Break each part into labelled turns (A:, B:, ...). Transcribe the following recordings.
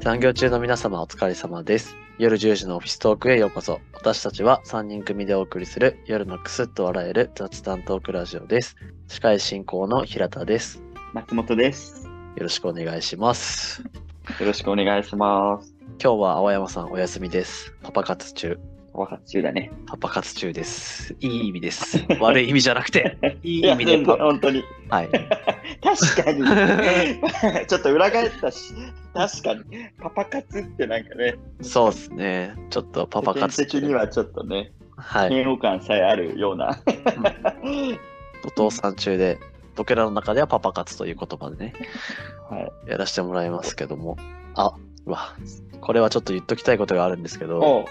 A: 残業中の皆様お疲れ様です。夜10時のオフィストークへようこそ。私たちは3人組でお送りする夜のクスッと笑える雑談トークラジオです。司会進行の平田です。よ
B: 松本です。
A: ろしくお願いします。
B: よろしくお願いします。
A: 今日は青山さんお休みです。パパ活中。
B: お若中だね。
A: パパ活中です。いい意味です。悪い意味じゃなくて、いい意味で
B: いや全
A: パ
B: 然本当に。
A: はい。
B: 確か に。ちょっと裏返ったし、確かに。パパ活ってなんかね、
A: そうですね。ちょっとパパ活
B: 世間的にはちょっとね、
A: はい。
B: 嫌悪感さえあるような。
A: お父さん中で、僕らの中ではパパ活という言葉でね、
B: はい、
A: やらせてもらいますけども。あ、うわ。これはちょっと言っときたいことがあるんですけど、
B: おう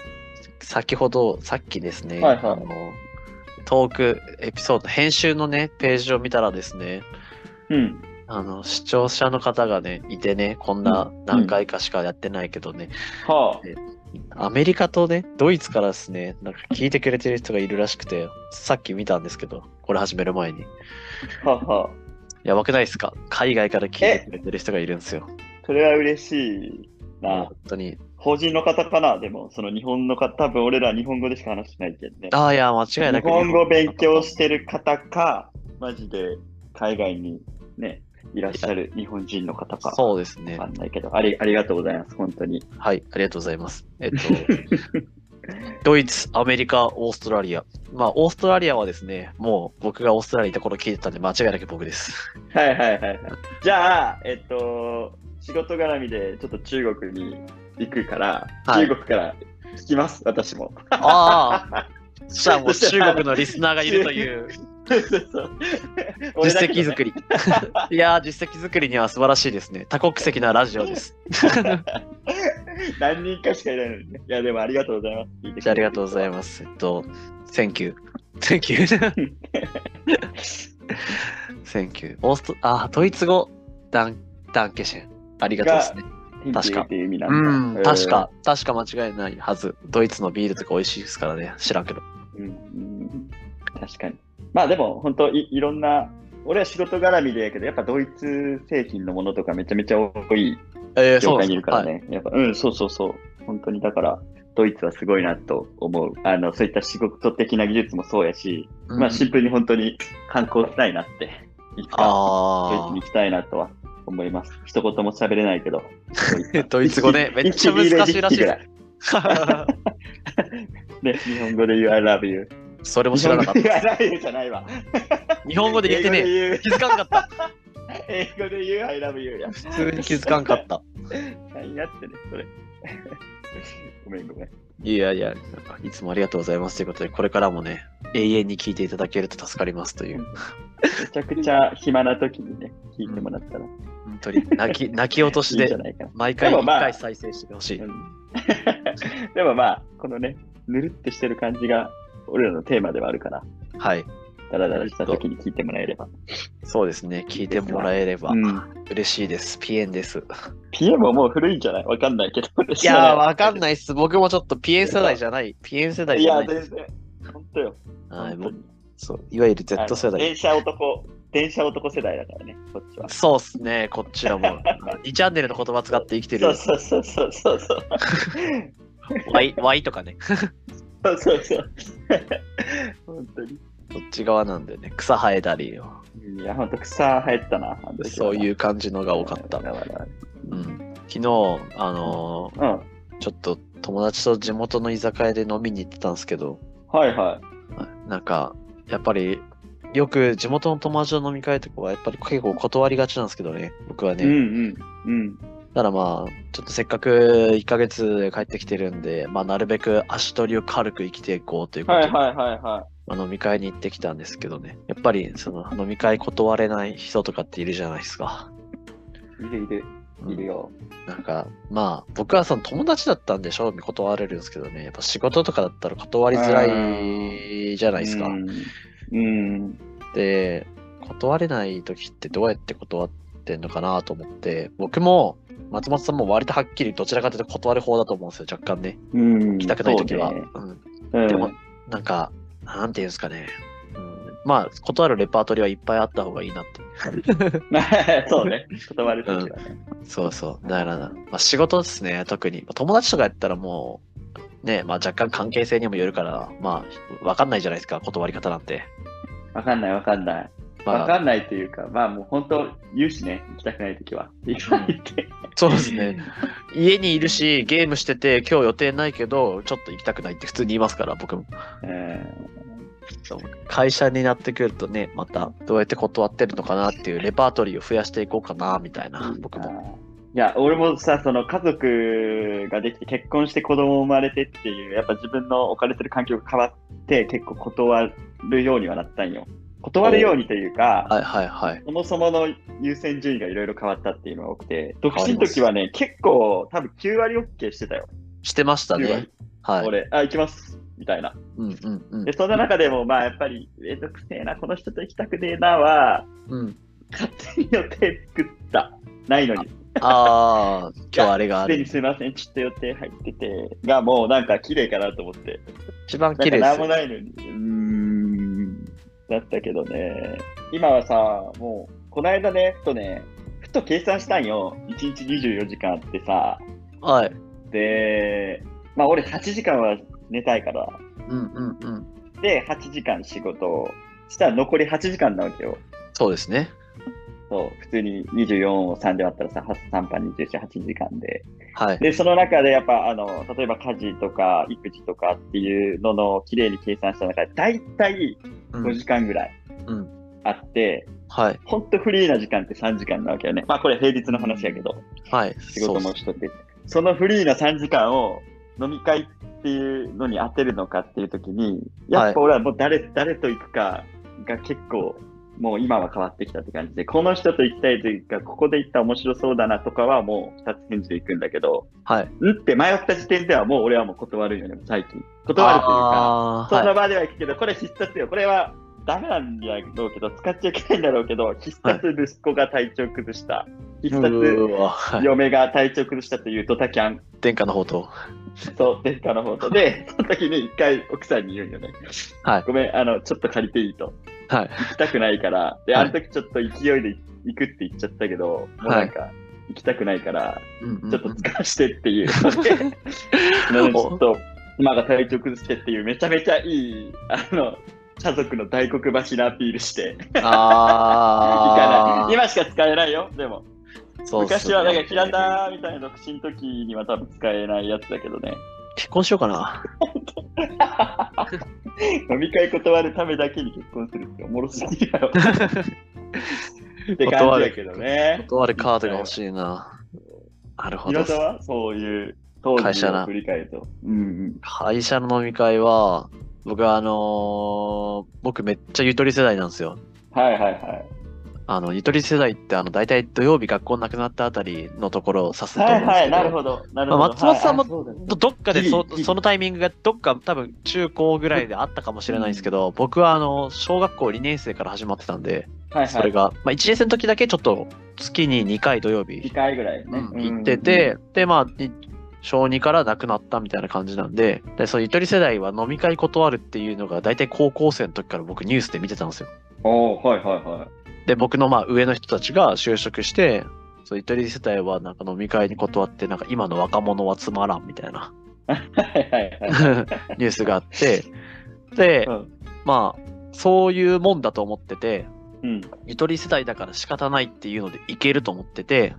A: 先ほど、さっきですね、
B: はいはい
A: あの、トークエピソード、編集のね、ページを見たらですね、
B: うん。
A: あの、視聴者の方がね、いてね、こんな何回かしかやってないけどね、
B: は
A: アメリカとね、ドイツからですね、なんか聞いてくれてる人がいるらしくて、さっき見たんですけど、これ始める前に。
B: あ、はあ、はあ。
A: やばくないですか海外から聞いてくれてる人がいるんですよ。
B: それは嬉しい
A: もう
B: な
A: 本。当に。
B: 法人の方かなでも、その日本の方、多分俺ら日本語でしか話してないけどね。
A: ああ、いや、間違いな
B: 日
A: く。
B: 本語勉強してる方か、マジで海外にね、いらっしゃる日本人の方か、
A: そうですね
B: わ。かんないけどあり、ありがとうございます、本当に。
A: はい、ありがとうございます。えっと、 ドイツ、アメリカ、オーストラリア。まあ、オーストラリアはですね、もう僕がオーストラリアにいた頃聞いてたんで、間違いなく僕です。
B: はいはいはいはい。じゃあ、えっと、仕事絡みでちょっと中国に行くから、
A: はい
B: 中国から聞きます、私 も。
A: あ あ、そしたらもう中国のリスナーがいるという
B: そうそう俺だ
A: 実
B: け
A: 績
B: どね
A: 作り。いやー、実績作りには素晴らしいですね。多国籍なラジオです。
B: 何人かしかいないのにね。いや、でもありがとうございます。聞いてくれ
A: じ
B: て
A: ゃあありがとうございます。えっと、Thank you. Thank you. Thank you. オースト、あ、ドイツ語、ダン、ダンケシェン。ありがとうですね。
B: ヒント言うっていう意味な
A: うん
B: だ
A: ん、確か、確か間違いないはず。ドイツのビールとか美味しいですからね。知らんけど。
B: うんうん確かに。まあでも本当いいろんな、俺は仕事絡みでやけど、やっぱドイツ製品のものとかめちゃめちゃ多い
A: えー、そう
B: 業
A: で
B: 界に
A: す
B: いるから
A: はい
B: ね。やっぱうん、そうそうそう。本当にだから、ドイツはすごいなと思う。あの、そういった仕事的な技術もそうやし、
A: うん
B: まあシンプルに本当に観光したいなって、いつかドイ
A: あ
B: ツに行きたいなとは思います。一言も喋れないけど。
A: あ。ドイツ語 ね、めっちゃ難しいらしいで。
B: ですね、日本語で言う I love you。
A: それも知らなかっ
B: 日本語で言う I love you じゃないわ。
A: た。日本語で言ってね、
B: ね
A: 気づかんか った。
B: 英語で言う I love you や。
A: 普通に気づかんかった。
B: 何やってね、それ。ごめんごめん。
A: いやいや、いつもありがとうございますということで、これからもね、永遠に聞いていただけると助かりますという、
B: めちゃくちゃ暇な時にね、聞いてもらったらい
A: 本当に 泣き泣き落と
B: い
A: し
B: んじ
A: で
B: ゃ、ないかな。
A: 毎回
B: で
A: 一
B: もまあ
A: 回再生してほしい。
B: うん でもまあ、このね、ぬるっとしてる感じが、俺らのテーマではあるから、
A: はい、
B: ダラダラした時に聞いてもらえれば。
A: そうですね、聞いてもらえれば
B: うん、
A: 嬉しいです。ピエンです。
B: ピエももう古いんじゃないわかんないけど。
A: いやー、わかんないっす。僕もちょっとピエン世代じゃない。ピエン世代
B: い
A: じゃな
B: や、
A: い。
B: 全然。本当よ。
A: はい、
B: 本
A: も
B: 当
A: う
B: に
A: そういわゆる Z 世
B: あの
A: 代。
B: 電車男、電車男世代だからね、こっちは。
A: そうっすね、こっちらも。2チャン ネルの言葉使って生きて
B: そ
A: る
B: う。そうそうそうそうそう。
A: ワイワイとかね。
B: そうそうそう。本当に。
A: こっち側なんでね、草生えたり、
B: いや、本当草生えてたな。あの時は
A: そういう感じのが多かった。
B: だら
A: うん、昨日、あの
B: うん。
A: ーちょっと友達と地元の居酒屋で飲みに行ってたんですけど、
B: はいは。
A: なんか、やっぱり、よく地元の友達と飲み会とかは、やっぱり結構断りがちなんですけどね、僕はいね。
B: うんうん。うん。
A: ただまあ、ちょっとせっかく1ヶ月帰ってきてるんで、まあ、なるべく足取りを軽く生きていこうということ
B: はい
A: で、
B: はいはいは
A: まあ飲み会に行ってきたんですけどね、やっぱりその飲み会断れない人とかっているじゃないですか。
B: い。いるいる。
A: うん
B: いるよ。
A: なんか、まあ、僕はその友達だったんで、正味断れるんですけどね、やっぱ仕事とかだったら断りづらいじゃないですか。
B: うん。うん
A: で、断れない時ってどうやって断ってんのかなと思って、僕も松本さんも割とはっきりどちらかというと断る方だと思うんですよ、若干ね。
B: うん。
A: 来たくない時は。
B: そうね
A: うん
B: うん
A: でも、なんか、なんていうんですかね。うんまあ、断るレパートリーはいっぱいあった方がいいなって。
B: そうね。断るときはね。
A: そうそう。だからな、まあ、仕事ですね、特に。まあ友達とかやったらもう、ね、まあ若干関係性にもよるから、まあ、わかんないじゃないですか、断り方なんて。
B: わかんないわかんない。
A: ま
B: わ
A: あ、
B: かんないっていうか、まあもう本当言うしね、行きたくないときは。行かないって。
A: そうです ね。家にいるし、ゲームしてて、今日予定ないけど、ちょっと行きたくないって普通に言いますから、僕も。
B: うん
A: そう会社になってくるとね、またどうやって断ってるのかなっていうレパートリーを増やしていこうかな、みたいな、僕も。
B: あーいや、俺もさ、その家族ができて、結婚して子供生まれてっていう、やっぱ自分の置かれてる環境が変わって、結構断るようにはなったんよ。断るようにというか、
A: はいはいはい。
B: そもそもの優先順位がいろいろ変わったっていうのが多くて、独身
A: 変わり
B: の
A: ます
B: 時はね、結構多分9割 OK してたよ。
A: してました
B: 9
A: ね
B: 割。
A: はい。
B: 俺、あ、行きます。みたいな。
A: うんうんうん
B: で、。そんな中でも、まあ、やっぱり、めんどくせえな、この人と行きたくねえなは、
A: うん、
B: 勝手に予定作った。ないのに。
A: ああ、 今日あれがあ
B: すで
A: る
B: に。すいません、ちょっと予定入ってて、がもうなんか綺麗かなと思って、
A: 一番
B: な
A: 綺
B: んか
A: 麗で
B: 何
A: す
B: も
A: よ。
B: ないのに、うーん、だったけどね、今はさ、もう、この間ね、ふとね、ふと計算したんよ、1日24時間あってさ、
A: はい。
B: で、まあ俺8時間は寝たいから、
A: うんうんうん。
B: で、8時間仕事をしたら残り8時間なわけよ。
A: そうですね。
B: そう、普通に24を3で割ったらさ、8、3番24、8時間で。
A: はい。
B: で、その中でやっぱ、あの、例えば家事とか育児とかっていうのの綺麗に計算した中で、だいたい
A: うん
B: 5時間ぐらい
A: うん
B: あって、
A: はい。
B: ほんとフリーな時間って3時間なわけよね。まあこれ平日の話やけど、
A: はい。
B: 仕
A: そう
B: 事も
A: っす
B: しとって。そのフリーな3時間を飲み会っていうのに当てるのかっていう時に、やっぱ俺はもう誰、誰と行くかが結構、もう今は変わってきたって感じで、この人と行きたいというか、ここで行ったら面白そうだなとかはもう2つ返事で行くんだけど、
A: はい。
B: うんって迷った時点ではもう俺はもう断るよね、最近。断るというか、
A: あ
B: そ
A: ー
B: の
A: はい
B: 場では行くけど、これ必殺よ。これはダメなんだろうけど、使っちゃいけないんだろうけど、必殺息子が体調崩した。必殺
A: うーわはい。
B: 嫁が体調崩したというドタキャン。
A: 殿下の方と。
B: そう、天下の方と。 で、その時に一回奥さんに言うんよね。
A: はい
B: ごめん、あの、ちょっと借りていいと。
A: はい。
B: 行きたくないから。で、
A: はい
B: あの時ちょっと勢いで行くって言っちゃったけど、もうなんか、行きたくないから、
A: うんうん
B: ちょっと使わしてっ ていう。なのでちょっと今が体調崩してっていうめちゃめちゃいいあの家族の大黒柱アピールして
A: うんあ
B: 行かな
A: あ
B: い。今しか使えないよでも
A: そうっすね
B: 昔はなんか平田みたいな独身の時には多分使えないやつだけどね
A: 結婚しようかな。
B: 飲み会断るためだけに結婚するっておもろすぎだよって感
A: 断る
B: じだけどね
A: 断るカードが欲しいな。なるほ
B: 平
A: ど。
B: 田はそういう当
A: 会
B: 時
A: 社な
B: の振り返るとうん
A: 会社の飲み会は、僕はあのー僕めっちゃゆとり世代なんですよ。
B: うんはいはいはい
A: あの、ゆとり世代って、あの、大体土曜日学校なくなったあたりのところを指すと思
B: は
A: うん
B: い
A: で
B: は
A: す
B: い
A: けど。
B: なるほどなるほど、
A: まあ松本さんも
B: はいあそうだね
A: どどっかでそ
B: いいいい
A: そのタイミングがどっか多分中高ぐらいであったかもしれないんですけど、僕はあの小学校2年生から始まってたんで、
B: はいはい
A: それが、まあ、1年生の時だけちょっと月に2回土曜
B: 2
A: 日
B: 回ぐらいね。
A: うん行ってて、でまあい小2から亡くなったみたいな感じなんででそのゆとり世代は飲み会断るっていうのが大体高校生の時から僕ニュースで見てたんですよ。
B: うん。おーはいはいはい。
A: で僕のまあ上の人たちが就職してそうゆとり世代はなんか飲み会に断ってなんか今の若者はつまらんみたいな
B: はいはいはい。
A: ニュースがあってで
B: うん
A: まあそういうもんだと思ってて
B: うん。
A: ゆとり世代だから仕方ないっていうのでいけると思ってて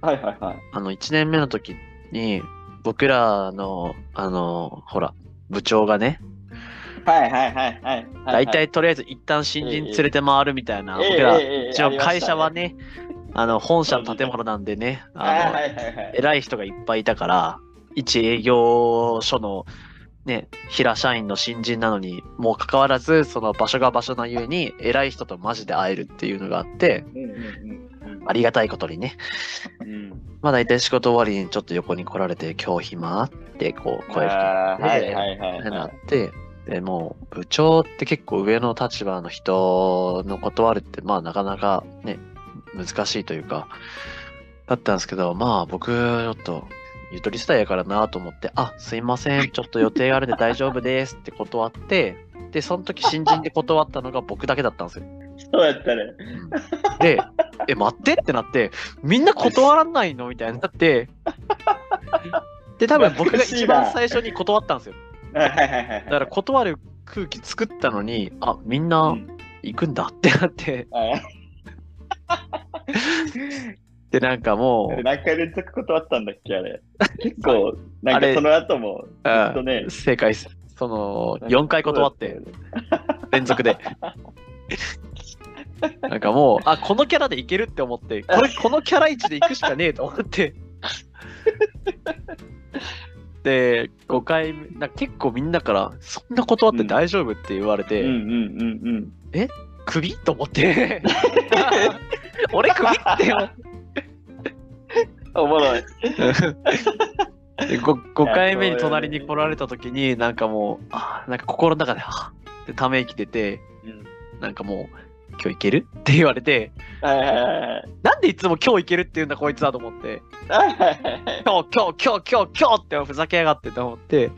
B: はいはいはい。
A: あの1年目の時に僕らのあのほら部長がね
B: はいはいはいはい。
A: 大体とりあえず一旦新人連れて回るみたいな
B: ええ
A: 僕ら
B: ええええ
A: 一応会社はねあの本社の建物なんでね
B: はい
A: あの
B: はいはいはい。
A: 偉い人がいっぱいいたから一営業所のね平社員の新人なのにもうかかわらずその場所が場所のゆえに偉い人とマジで会えるっていうのがあって
B: うんうん
A: ありがたいことにね
B: うんうん。
A: まあ大体仕事終わりにちょっと横に来られて今日暇ってこう声か
B: あー
A: え
B: は
A: え
B: いはいは
A: け
B: い
A: て
B: は
A: ないっ。てでもう部長って結構上の立場の人の断るってまあなかなかね難しいというかだったんですけどまあ僕ちょっとゆとり世代やからなと思って、あ、すいません、ちょっと予定あるんで大丈夫ですって断って、で、その時新人で断ったのが僕だけだったんですよ。
B: そうやったね。
A: うんで、え、待ってってなって、みんな断らないのみたいになって、で、多分僕が一番最初に断ったんですよ。
B: はいはいはいはい。
A: だから断る空気作ったのに、あ、みんな
B: うん
A: 行くんだってなって、
B: あ
A: で、なんかもう
B: ー、何回連続断ったんだっけあれ。結構、なんかその後も、 ずっとね
A: うん、正解です。その、4回断って、。連続 で。なんかもう、あ、このキャラでいけるって思って、こ れこのキャラ位置で行くしかねえと思って。で、5回目、なんか結構みんなから、そんな断って大丈夫って言われ
B: うん
A: て、
B: うんうんうん。
A: クビと思 って。 俺クビって思っ
B: おもろい。
A: て 5, 回目に隣に来られた時に、なんかもう、あなんか心の中で、あってため息出て、なんかもう、今日いけるって言われて、
B: はいはいはいはい。
A: なんでいつも今日いけるって言うんだこいつはと思って、
B: はいはいはいはい
A: 今日今日今日今日今日ってふざけやがってと思 って、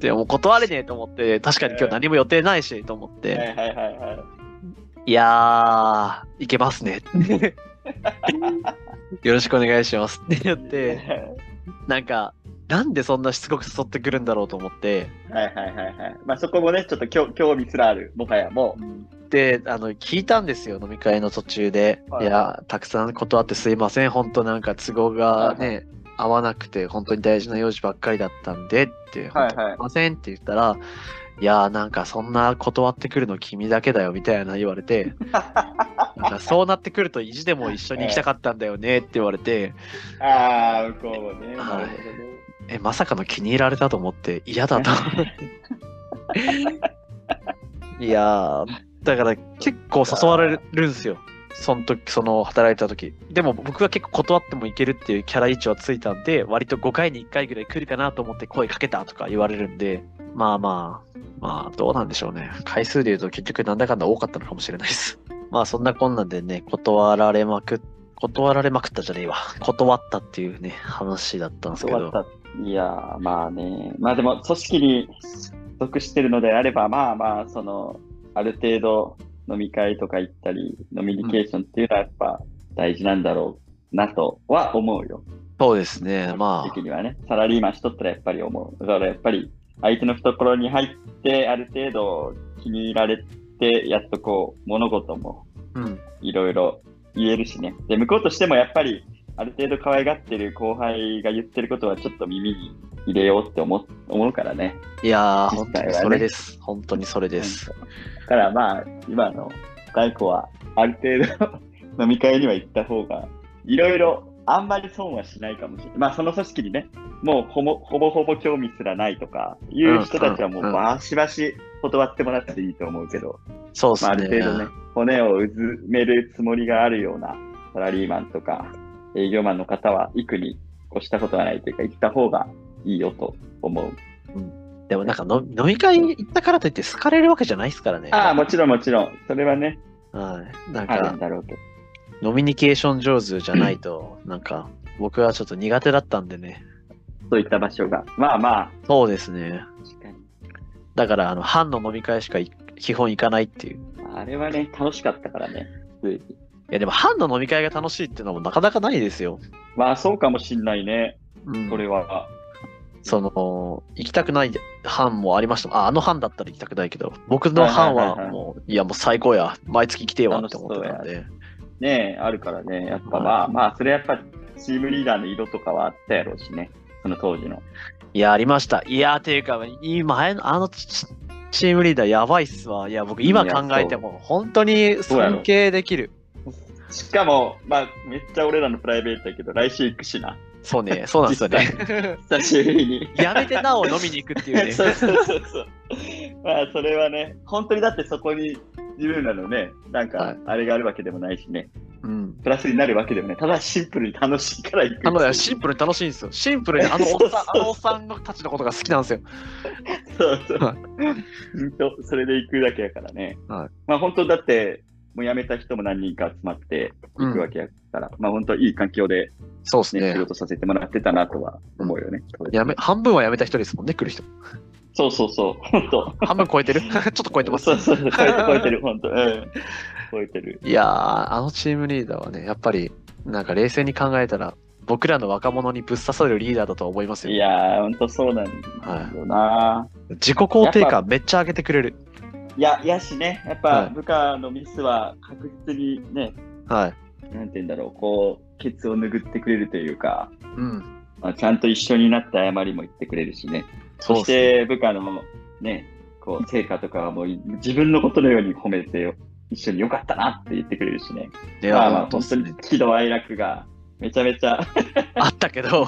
A: でもう断れねえと思って、確かに今日何も予定ないしと思って、
B: はいはいはいはい。
A: いやー、いけます ね。よろしくお願いしますって言って、なんか、なんでそんなしつこく誘ってくるんだろうと思って、
B: はいはいはいはい。まあそこもね、ちょっと興興味すらある、もはやもう。
A: であの聞いたんですよ飲み会の途中で、
B: はい
A: い、やたくさん断ってすいません本当なんか都合がね、
B: はい
A: 合わなくて本当に大事な用事ばっかりだったんでって、
B: は
A: 本当
B: いはい
A: すいませんって言ったらいやーなんかそんな断ってくるの君だけだよみたいな言われてなんかそうなってくると意地でも一緒に行きたかったんだよねって言われて、
B: ああ、向こうも
A: はい
B: ね。なるほどね
A: えまさかの気に入られたと思って嫌だと思っていやーだから結構誘われるんですよその時その働いた時でも僕は結構断ってもいけるっていうキャラ位置はついたんで割と5回に1回ぐらい来るかなと思って声かけたとか言われるんでまあまあまあどうなんでしょうね回数で言うと結局なんだかんだ多かったのかもしれないです まあそんなこんなんでね断られまくっ断られまくったじゃねえわ断ったっていうね話だったんですけど
B: 終わった。いやー、まあね。まあでも、組織に属してるのであれば、まあまあ、その、ある程度、飲み会とか行ったり、ノミニケーションっていうのはやっぱ大事なんだろうなとは思うよ。
A: そうですね、ま
B: 時期にはね。サラリーマンしとったらやっぱり思う。だからやっぱり、相手の懐に入って、ある程度気に入られて、やっとこう、物事も
A: あ、うん、
B: いろいろ言えるしね。で、向こうとしてもやっぱり、ある程度可愛がってる後輩が言ってることはちょっと耳に入れようって思う思うからね。
A: いやー、
B: 実
A: 本当
B: 際はね
A: にそれです、本当にそれです。
B: だからまあ、今の大子は、ある程度 飲み会には行った方が、いろいろ、あんまり損はしないかもしれない。まあ、その組織にね、もうほぼほぼほぼ興味すらないとか、いう人たちはもう
A: うんうんうん
B: バシバシ断ってもらっていいと思うけど、
A: そうです
B: まあ、
A: ね。
B: ある程度ね、骨をうずめるつもりがあるようなサラリーマンとか営業マンの方は、幾に越したことはないというか、行った方がいいよと思う。
A: でもなんかの飲み会行ったからといって好かれるわけじゃないですからね。
B: ああ、もちろんもちろん。それはね、
A: はい。なん
B: あるん
A: か、
B: だろうけど。
A: 飲みニケーション上手じゃないと、なんか、僕はちょっと苦手だったんでね。
B: そういった場所が。まあまあ、
A: そうですね。
B: 確かに。
A: だから、あの、班の飲み会しかい基本行かないっていう。い
B: あれはね、楽しかったからね。普通に
A: や、でも、班の飲み会が楽しいっていうのもなかなかないですよ。
B: まあ、そうかもしんないね。
A: うん、
B: それは。
A: その、行きたくない班もありましたもん。あ、あの班だったら行きたくないけど、僕の班
B: はいはいはいは
A: はいもう、いやもう最高や、毎月来てよって思ってたんで。
B: ねえ、あるからね。やっぱまあまあ、それやっぱチームリーダーの色とかはあったやろうしね。その当時の。
A: いや、ありました。いや、ていうか、今、あのあのチチームリーダーやばいっすわ。いや、僕今考えても、本当に尊敬できる。
B: しかも、まあ、めっちゃ俺らのプライベートだけど、来週行くしな。
A: そうね、そうなんですよね。
B: 久しぶりに。。
A: やめてなお飲みに行くっていうね
B: そうそうそうそう。まあ、それはね、本当にだってそこに自分らのね、なん
A: は
B: か
A: い、
B: あれがあるわけでもないしね、
A: うん。
B: プラスになるわけでもない。ただシンプルに楽しいから行く。
A: あの、シンプルに楽しいんですよ。シンプルにあのおっさん、あのおっさんのたちのことが好きなんですよ。
B: そうそう。
A: は
B: 本当、それで行くだけやからね。
A: はい
B: まあ、本当だって、もう辞めた人も何人か集まって
A: う
B: 行くわ
A: ん、
B: けやから、まあ本当いい環境で、
A: そうです
B: ね
A: ね
B: 仕。事させてもらってたなとは思うよね。
A: やめ半分はやめた人ですもんね、来る人。
B: そうそうそう、本当。
A: 半分超えてる ちょっと超えてます
B: そ。うそうそう、超えて超えてる、本当。うん。超えてる。
A: いやー、あのチームリーダーはね、やっぱり、なんか冷静に考えたら、僕らの若者にぶっ刺さるリーダーだとは思います
B: い
A: よ。
B: やー、本当そうなんだよな、
A: 自己肯定感めっちゃ上げてくれる。
B: い。や、いやしね、やっ
A: は
B: ぱ
A: い
B: 部下のミスは確実にね、
A: はい。
B: なんて言うんだろう、こう、ケツを拭ってくれるというか、
A: うん。
B: まあ、ちゃんと一緒になって謝りも言ってくれるしね。
A: そ
B: そうし
A: ですね。
B: て部下のね、こう、成果とかはもう自分のことのように褒めてよ。一緒に良かったなって言ってくれるしね。
A: い
B: まあま
A: や
B: あ、
A: ー、本
B: 本
A: 当
B: 当
A: に
B: に。喜怒哀楽がめちゃめ ちゃ
A: あったけ ど、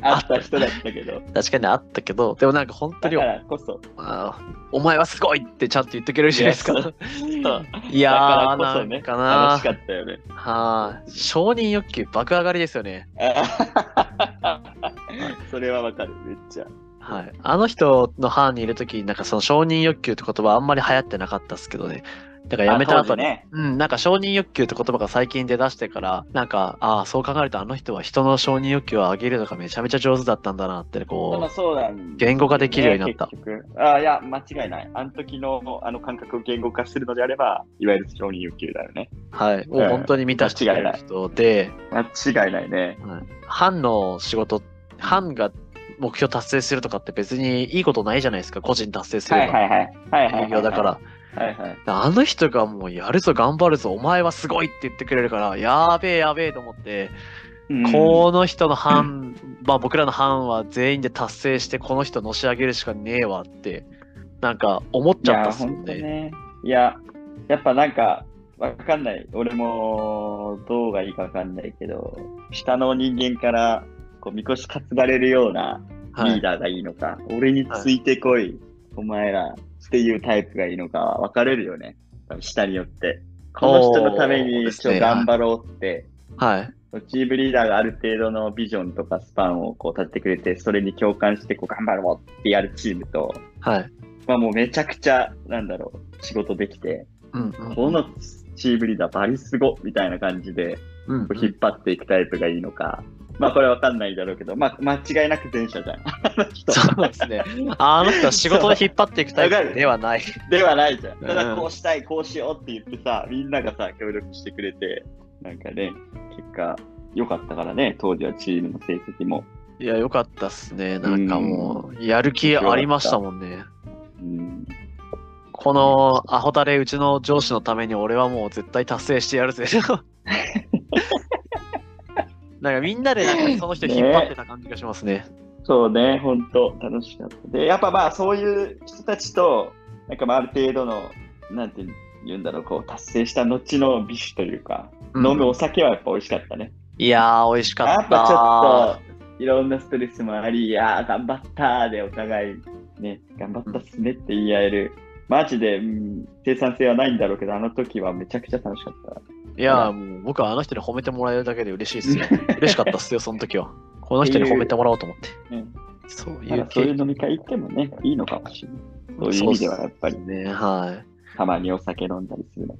B: あった人だったけど、
A: 確かにあったけど、でもなんか本当
B: だか
A: に、
B: らこそ、
A: あーお前はすごいってちゃんと言ってくれるじゃないです
B: い
A: か
B: や そ。そう
A: いや
B: だ
A: ー、
B: からこそ
A: な
B: ね
A: ん、か
B: 楽
A: な
B: し。かったよね。
A: はい。承認欲求爆上がりですよね。
B: それはわかる、めっちゃ。
A: はい。あの人の班にいるとき、なんかその承認欲求って言葉あんまり流行ってなかったっすけどね。だからやめた後
B: あ当
A: に
B: 時、ね。
A: うん、なんか承認欲求って言葉が最近出だしてから、なんか、ああ、そう考えるとあの人は人の承認欲求を上げるのがめちゃめちゃ上手だったんだなって、
B: ま
A: こ
B: あそうなん
A: う、
B: だよね
A: 言語化できるようになった。
B: 結局あーいや、間違いない。あの時のあの感覚を言語化するのであれば、いわゆる承認欲求だよね。
A: はい。もう本当に満たしてくれる人で、
B: 間違いないね。
A: 班の仕事、班が目標達成するとかって別にいいことないじゃないですか、個人達成す
B: は
A: れ
B: いは
A: ば。
B: いはい。はいはいはい
A: 目標だから。
B: はいはい。
A: あの人がもうやるぞ、頑張るぞ、お前はすごいって言ってくれるから、やーべえやべえと思って、
B: うん
A: この人の班、 まあ僕らの班は全員で達成して、この人のし上げるしかねえわって、なんか思っちゃったっすもん
B: いや、本当
A: ね。
B: ね。いや、やっぱなんか、わかんない。俺も、どうがいいかわかんないけど、下の人間から、こう、みこし担がれるような
A: は
B: リー
A: い、
B: ダーがいいのか、俺についてこい、お前らっていうタイプがいいのかは分かれるよね。下によって。この人のため
A: おー
B: に
A: ですね
B: 今日頑張ろうって、
A: はい。
B: チームリーダーがある程度のビジョンとかスパンをこう立ててくれて、それに共感してこう頑張ろうってやるチームと、
A: はい。
B: まあもうめちゃくちゃ、なんだろう、仕事できて、
A: うん
B: このチームリーダーバリすごみたいな感じで
A: うん。うん
B: 引っ張っていくタイプがいいのか、まあこれわかんないだろうけど、まあ間違いなく前者じゃん。 あの人
A: そうですね。あの人は仕事で引っ張っていくタイプではない。
B: ではないじゃん。
A: うん
B: ただこうしたい、こうしようって言ってさ、みんながさ、協力してくれて、なんかね、結果、良かったからね、当時はチームの成績も。
A: いや、よかったっすね。なんかもう、やる気ありましたもんね。
B: うん、
A: このアホタレ、うちの上司のために俺はもう絶対達成してやる ぜ。なんかみんなでなんかその人引っ張ってた感じがしますね。
B: そうね、ほんと、楽しかった。で、やっぱまあ、そういう人たちと、なんかまあ、ある程度の、なんて言うんだろう、こう、達成した後の美酒というか、
A: うん
B: 飲むお酒はやっぱ美味しかったね。
A: いやー、美味しか
B: や
A: っ。
B: ったぱちょっと、いろんなストレスもあり、いやー、頑張ったーで、お互い、ね、頑張ったっすねって言い合える。マジで、うん、生産性はないんだろうけど、あの時はめちゃくちゃ楽しかった。
A: いやー、もう僕はあの人に褒めてもらえるだけで嬉しいっす よ。嬉しかったっすよ、その時は。この人に褒めてもらおうと思って。
B: うん
A: そうい
B: ただ
A: う
B: そう
A: 経
B: いう
A: 験
B: 飲み会行ってもね、いいのかもしれない。そういう意味ではやっぱり
A: ね。はい。
B: たまにお酒飲んだりするの。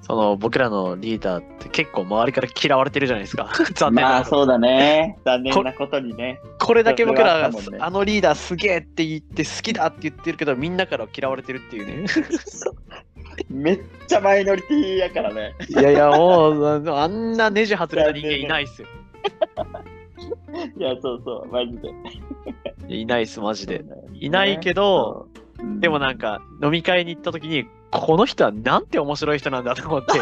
A: その僕らのリーダーって結構周りから嫌われてるじゃないですか。 残念な
B: ま
A: が
B: あ
A: ら
B: そうだね。 残念なことにね。
A: これだけ僕らが、
B: それはあったもんね
A: あのリーダーすげえって言って好きだって言ってるけどみんなから嫌われてるっていうね。
B: めっちゃマイノリティやからね。
A: いやいやもうあんなネジ外れた人間いないっすよ。
B: いや、そうそう、マジで。
A: いないっすマジで。
B: そうだよね
A: いないけど、
B: そううん
A: でもなんか飲み会に行った時にこの人はなんて面白い人なんだと思って。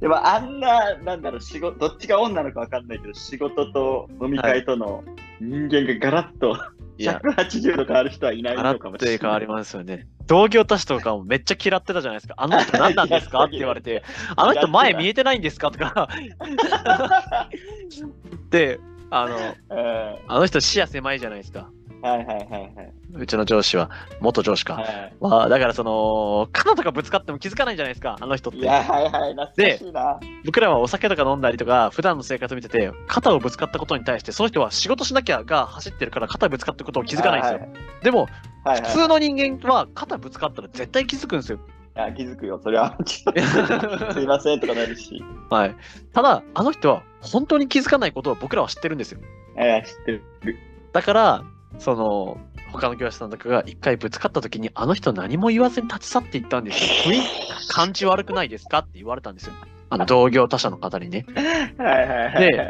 B: でもあんな、なんだろう、仕事、どっちが女なのかわかんないけど、仕事と飲み会との人間がガラッと
A: いや、
B: 180度変わる人はいない
A: 洗
B: の
A: っ
B: かもしれな
A: て
B: い。
A: 変わりますよね。同業たちとかもめっちゃ嫌ってたじゃないですか。あの人何なんですかって言われ て、あの人前見えてないんですかと か。で、あの、
B: うんは
A: あの人視野狭いじゃないですか。
B: いはいはいはい。
A: うちの上司は、元上司か。
B: はい
A: まあ、だからその、肩とかぶつかっても気づかないじゃないですか、あの人っ
B: いや、
A: て。
B: はいはい、懐かしいな。
A: 僕らはお酒とか飲んだりとか、普段の生活見てて、肩をぶつかったことに対して、その人は仕事しなきゃが走ってるから、肩ぶつかったことを気づかないんですよ。でも、
B: はいはい。
A: 普通の人間は肩ぶつかったら絶対気づくんですよ。
B: や、気づくよ、それは。 ちょっとすいませんとかなるし。
A: はい。ただ、あの人は本当に気づかないことを僕らは知ってるんですよ。
B: えー、知ってる。
A: だから、その、他の教師さんとかが一回ぶつかった時に、あの人何も言わずに立ち去っていったんですよ。雰囲気感じ悪くないですかって言われたんですよ。あの同業他社の方にね。
B: はいはいはいは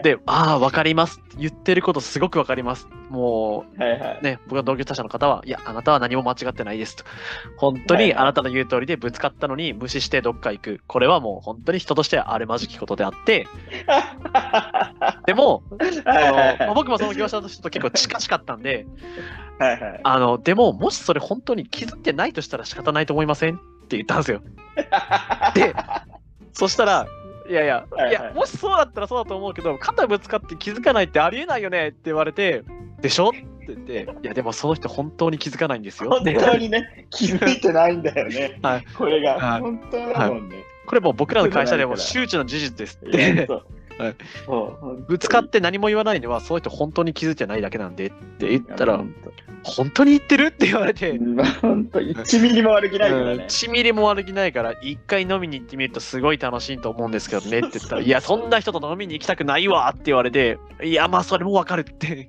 B: い。
A: で、ああ、わかります。言ってることすごくわかります。も、
B: はいはいう
A: ね、僕の同業他社の方は、いや、あなたは何も間違ってないですと。本当
B: はい
A: に
B: はい
A: あなたの言う通りでぶつかったのに無視してどっか行く。これはもう本当に人としてはあるまじきことであって、でも、
B: はいはい
A: あ
B: は
A: の
B: い
A: 僕もその業者の人と結構近しかったんで、
B: はいはい
A: あの、でも、もしそれ本当に気づいてないとしたら仕方ないと思いませんって言ったん ですよ。で、そしたら、いやいや、
B: はいはい
A: いや、もしそうだったらそうだと思うけど、肩ぶつかって気づかないってありえないよねって言われて、でしょって言って、いや、でもその人本当に気づかないんですよ。
B: 本
A: で
B: 当にね、気づいてないんだよね。
A: はい
B: これ
A: は
B: が、
A: い
B: 本当だもんね。
A: これもう僕らの会社でも
B: 気づか
A: 周知の事実ですっ
B: いや
A: て。
B: そう
A: はい
B: そう
A: ぶつかって何も言わないのは、その人本当に気づいてないだけなんでって言った
B: いや
A: ら、
B: 本当
A: 本当に言ってるって言われて、
B: まあ本当1ミリも悪気ないか らね。
A: 1ミリも悪気ないから一回飲みに行ってみるとすごい楽しいと思うんですけどねって言ったら「いやそんな人と飲みに行きたくないわ」って言われて「いやまあそれもわかる」 って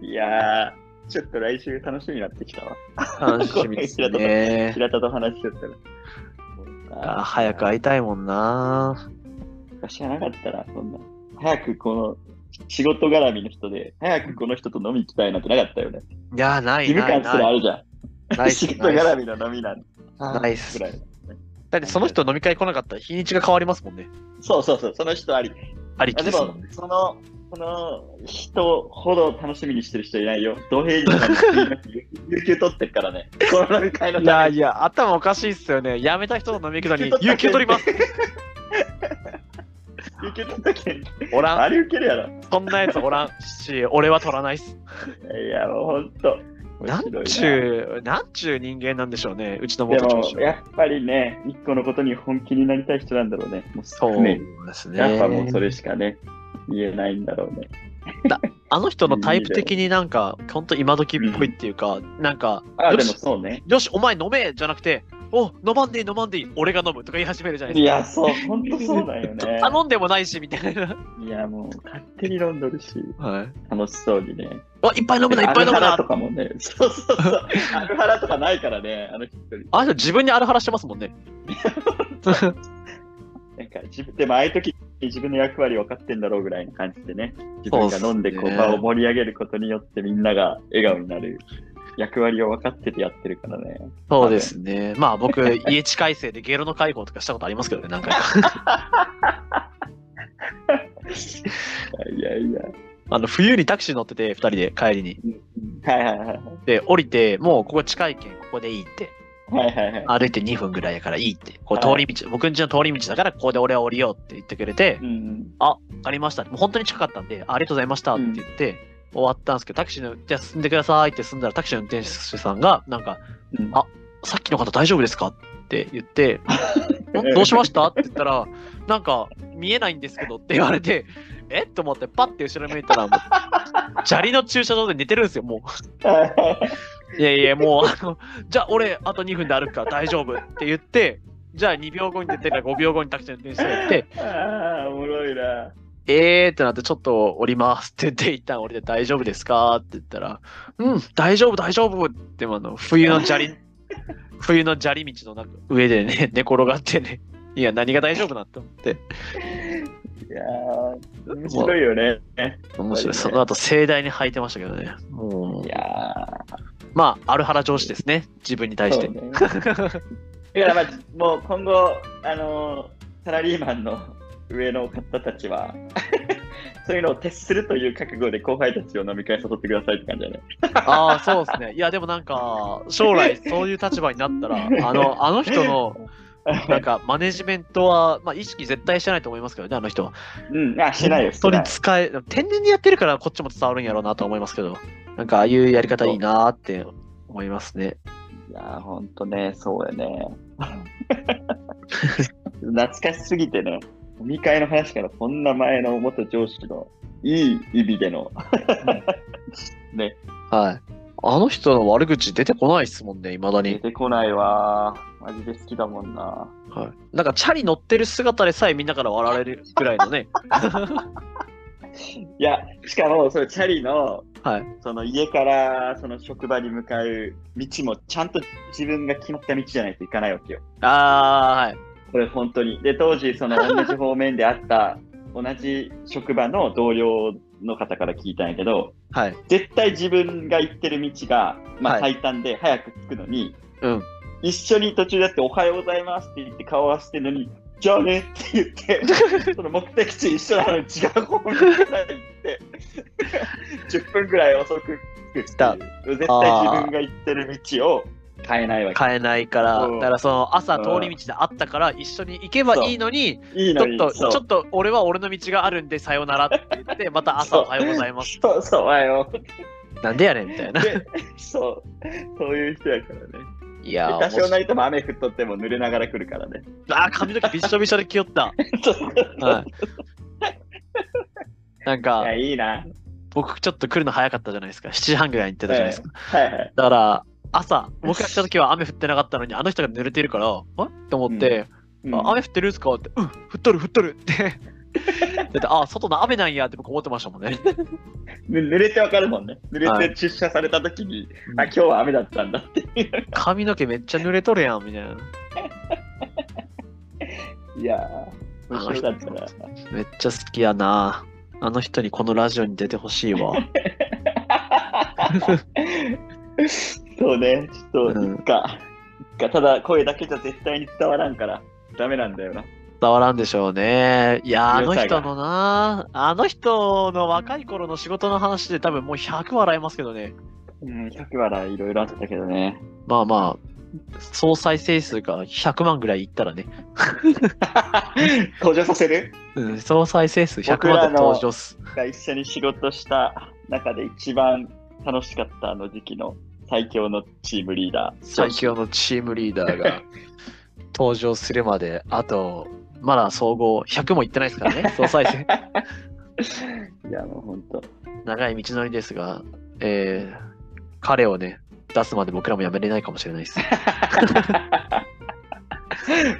B: いやー、ちょっと来週楽しみになってきたわ。
A: 楽しみですね
B: 平田と話しちゃったら。
A: あ早く会いたいもんな
B: 知らなかったら、そんな。早くこの仕事絡みの人で、早くこの人と飲み行きたいなんてなかったよね。
A: いやな
B: 義
A: い
B: 務
A: ない
B: 感すら
A: な
B: あ
A: い
B: るじゃん。
A: ない
B: 仕事
A: ない
B: 絡みの飲みなんて。
A: ないっす
B: ぐらい
A: だってその人飲み会来なかったら日にちが変わりますもんね
B: そうそうそう、その人あり。
A: あり
B: あ
A: き
B: で
A: ですも
B: も
A: んね、
B: その、その人ほど楽しみにしてる人いないよ。同平時さんの有給取って るからね。この飲み会の
A: い
B: た
A: や
B: め
A: い
B: に
A: や頭おかしいっすよね辞めた人と飲み行くのに 有
B: 有
A: 給
B: 給
A: 取
B: 取
A: り
B: っ
A: ま
B: た
A: す
B: 有給取ったけん。
A: おら
B: あ
A: ん
B: れ受けるやろ。
A: そんなやつおらんし俺は取らないっす
B: いや、もうほんと。
A: なん
B: 面
A: ち
B: 白い
A: ゅう、なんちゅう人間なんでしょうね、うちの
B: な
A: 元
B: で
A: 上
B: も
A: 司、は。
B: やっぱりね、一個のことに本気になりたい人なんだろうね。もう
A: そう
B: ね。
A: ですね。
B: やっぱもうそれしかね、言えないんだろうね。
A: あの人のタイプ的になんか、ほんと今時っぽいっていうか、なんか、
B: あ、
A: よ
B: で
A: し
B: もそうね。
A: よし、お前飲めじゃなくて、お飲まんでいい、飲まんでいい、俺が飲むとか言い始めるじゃない
B: い
A: で
B: や、そう、ほんとそうだよ
A: すか。
B: ね。
A: 頼んでもないし、みたいな。
B: いや、もう勝手に飲んどるし、
A: はい。
B: 楽しそうにね。
A: あ、いっぱい飲むな、いっ
B: ア
A: ぱい
B: ル
A: 飲
B: ハ
A: む
B: ラ
A: な
B: と。かもね、 そうそ うそう。アルハラとかないからね、あの人。
A: あの人自分にアルハラしてますもん ね。
B: なんか自分でもああいう時自分の役割分かってんだろうぐらいの感じでね、自
A: そう
B: 分
A: っすね
B: が飲んでこう場を盛り上げることによってみんなが笑顔になる役割を分かっててやってるからね。
A: そうですね。まあ僕、家地改正でゲロの解放とかしたことありますけどね、何回か。
B: いやいや。
A: あの、冬にタクシー乗ってて、2人で帰りに。
B: はいはいはい。
A: で、降りて、もうここ近いけん、ここでいいって。
B: はいはいはい。
A: 歩いて2分ぐらいやからいいって。こう通
B: はい
A: り道、僕んちの通り道だからここで俺は降りようって言ってくれて
B: う、ん
A: ありました。もう本当に近かったんで、あありがとうございましたって言って、終わったんですけど、タクシーの、じゃあ進んでくださいって進んだらタクシーの運転手さんが、なんか、
B: うん。
A: あさっきの方大丈夫ですかって言って、んどうしましたって言ったら、なんか、見えないんですけどって言われて、えと思って、パッて後ろ向いたら、もう砂利の駐車場で寝てるんですよ、もう。いやいや、もう、あの、じゃあ俺、あと2分で歩くから大丈夫って言って、じゃあ2秒後に出てたら5秒後にタクシーの運転手が行って、
B: ああ、おもろいな。
A: えーってなって、ちょっと降りますって言って、一旦降りて大丈夫ですかって言ったら、うん、大丈夫、大丈夫って、あの、冬の砂利、冬の砂利道の中上でね、寝転がってね、いや、何が大丈夫なんて思って、
B: いやー、面白いよね。
A: 面
B: そ
A: 白
B: うで
A: い。
B: す
A: そ
B: ね
A: の後、盛大に履いてましたけどね。もう
B: い、や
A: まあ、アルハラ上司ですね、自分に対
B: ー、
A: し
B: そう
A: て。
B: ね。だからまあ、もう今後、あのーサラリーマンの上の方たちは、 そういうのを徹するという覚悟で後輩たちを飲み会誘ってくださいって感じだね。
A: ああ、そうですね。いや、でもなんか、将来そういう立場になった ら、あの、あの人の、なんか、マネジメントは、まあ、意識絶対してないと思いますけどね、あの人は。
B: うん、あ、しないよ。
A: 本当に
B: し
A: 使え、天然にやってるからこっちも伝わるんやろうなと思いますけど、なんか、ああいうやり方いいなーって思いますね。
B: ない。いやー、ほんとね、そうやね。 懐かしすぎてね、飲み会の話からこんな前の元上司のいい意味での、
A: はい。あの人の悪口出てこないっすもんね、いまだ
B: 出
A: に。
B: てこないわ。マジで好きだもんな。
A: はい。なんか、チャリ乗ってる姿でさえみんなから笑われるぐらいのね。
B: いや、しかも、それチャリの、
A: はい。
B: その家からその職場に向かう道もちゃんと自分が決まった道じゃないといかないわけよ。
A: あ
B: これ本当に。で、当時、その同じ方面であった、同じ職場の同僚の方から聞いたんやけど、
A: ー、はい。はい。
B: 絶対自分が行ってる道が、ま
A: は
B: あ、
A: い
B: 最短で早く着くのに、
A: うん。
B: 一緒に途中でやって、おはようございますって言って顔合わせてるのに、じゃあねって 言って、その目的地一緒なのに違う方面から行 って、10分ぐらい遅く着くって
A: だ
B: いう。絶対自分が行ってる道を変えないわけ。
A: 買えないから、
B: そう
A: だからその朝通り道であったから、一緒に行けばいいのに、
B: い
A: ち
B: いの
A: ょっ
B: に。
A: と、ち
B: そう
A: ょっと俺は俺の道があるんで、さよならって言って、また朝
B: そう
A: おはようございます。
B: そうそう、おはよう。
A: なんでや ねんみたいな。
B: で、そう、そういう人やからね。
A: いやー、
B: 多少
A: 面白
B: ないりとも雨降っとっても濡れながら来るからね。
A: あー髪の毛びっしょびしょで着よ った。はい。なん
B: い
A: か
B: や、、いいな。
A: 僕ちょっと来るの早かったじゃないですか。7時半ぐらいに行ってたじゃないですか。
B: はいはい。
A: だから、朝、僕が来た時は雨降ってなかったのに、あの人が濡れてるから、あって思って、
B: うん
A: あ雨降ってるんすかって、うん、降っとる降っとるって。 だって、あ、外の雨なんやって僕思ってましたもんね。
B: ぬ濡れてわかるもんね。濡
A: は
B: れて出社された時に、
A: うん
B: あ、今日は雨だったんだって。
A: 髪の毛めっちゃ濡れとるやん、みたいな。
B: いやー、面白かったな。
A: めっちゃ好きやな。あの人にこのラジオに出てほしい わ。
B: そうね、ちょっと、
A: うん
B: いっか。いっかただ、声だけじゃ絶対に伝わらんから、ダメなんだよな。
A: 伝わらんでしょうね。いや、あの
B: 良さ
A: 人
B: が
A: のな、あの人の若い頃の仕事の話で多分もう100笑えますけどね。
B: うん、100笑いろいろあったけどね。
A: まあまあ、総再生数が100万ぐらいいったらね、
B: 登場させる
A: うん、総再生数100
B: 僕ら
A: 万
B: の
A: で登場っす。
B: が一緒に仕事した中で一番楽しかったあの時期の最強のチームリーダー。
A: 最強のチームリーダーが登場するまで、あと、まだ総合100もいってないですから ね、総再生。
B: いや、もう本当。
A: 長い道のりですが、えー、彼をね、出すまで僕らもやめれないかもしれない です。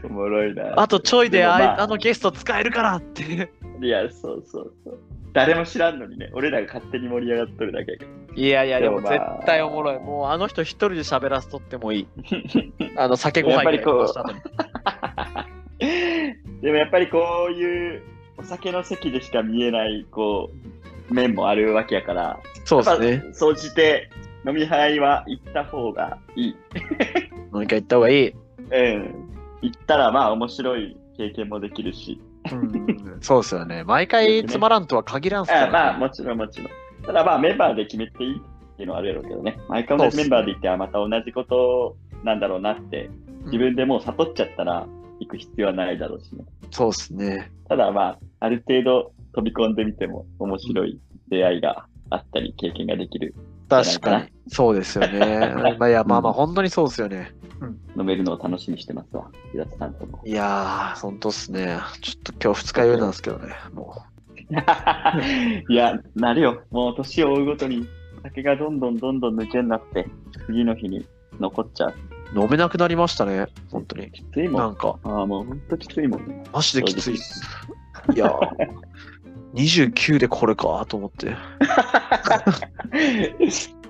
B: おもろいな。
A: あとちょいであい、
B: でもまあ
A: あのゲスト使えるからって。
B: いや、そうそうそう。誰も知らんのにね、俺らが勝手に盛り上がっとるだけやけど。
A: いやいや、でも
B: でもま
A: 絶
B: あ
A: 対おもろい。もうあの人一人で喋らせとって もいい。あの酒ご飯
B: やっぱりこう
A: した後に。
B: でもやっぱりこういうお酒の席でしか見えないこう面もあるわけやから、
A: そうですね。
B: やっぱ総じて飲み会は行った方がいい。
A: 何か行った方がいい。
B: うん。行ったらまあ面白い経験もできるし。
A: うん、そうですよね。毎回つまらんとは限らんすか
B: あ
A: ら、
B: あ
A: ね。
B: まあもちろんもちろん。ただまあメンバーで決めていいっていうのはあるやろうけどね。毎回
A: そう
B: 同
A: っすね
B: じメンバーで行って、あ、また同じことなんだろうなって、自分でもう悟っちゃったら行く必要はないだろうしね。
A: そうですね。
B: ただまあ、ある程度飛び込んでみても面白い出会いがあったり、経験ができる、
A: 確かに。そうです よね。まあいや、まあまあ、本当にそうですよね。
B: 飲めるのを楽しみにしてますわ。平田さんと も。
A: いやー、本当っすね。ちょっと今日二日酔いなんですけどね。も
B: いや、なるよ。もう年を追うごとに、酒がどんどんどんどん抜けになって、次の日に残っちゃう。
A: う飲めなくなりましたね。本当に。
B: きついもん。
A: な
B: あ
A: んか、
B: あ、もうほんときついもんね。
A: マジできついっす。いやー、29でこれかと思って。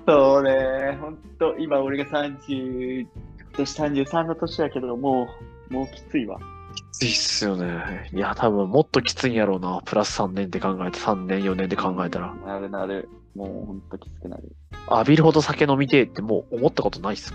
B: そうね、本当、今俺が30、今年33の年やけど、もう、もうきついわ。
A: きついっすよね。いや、多分もっときついんやろうな。プラス3年って考えて、3年、4年で考えたら。
B: なるなる、もう本当きつくなる。
A: 浴びるほど酒飲みてえってもう思ったことないっす。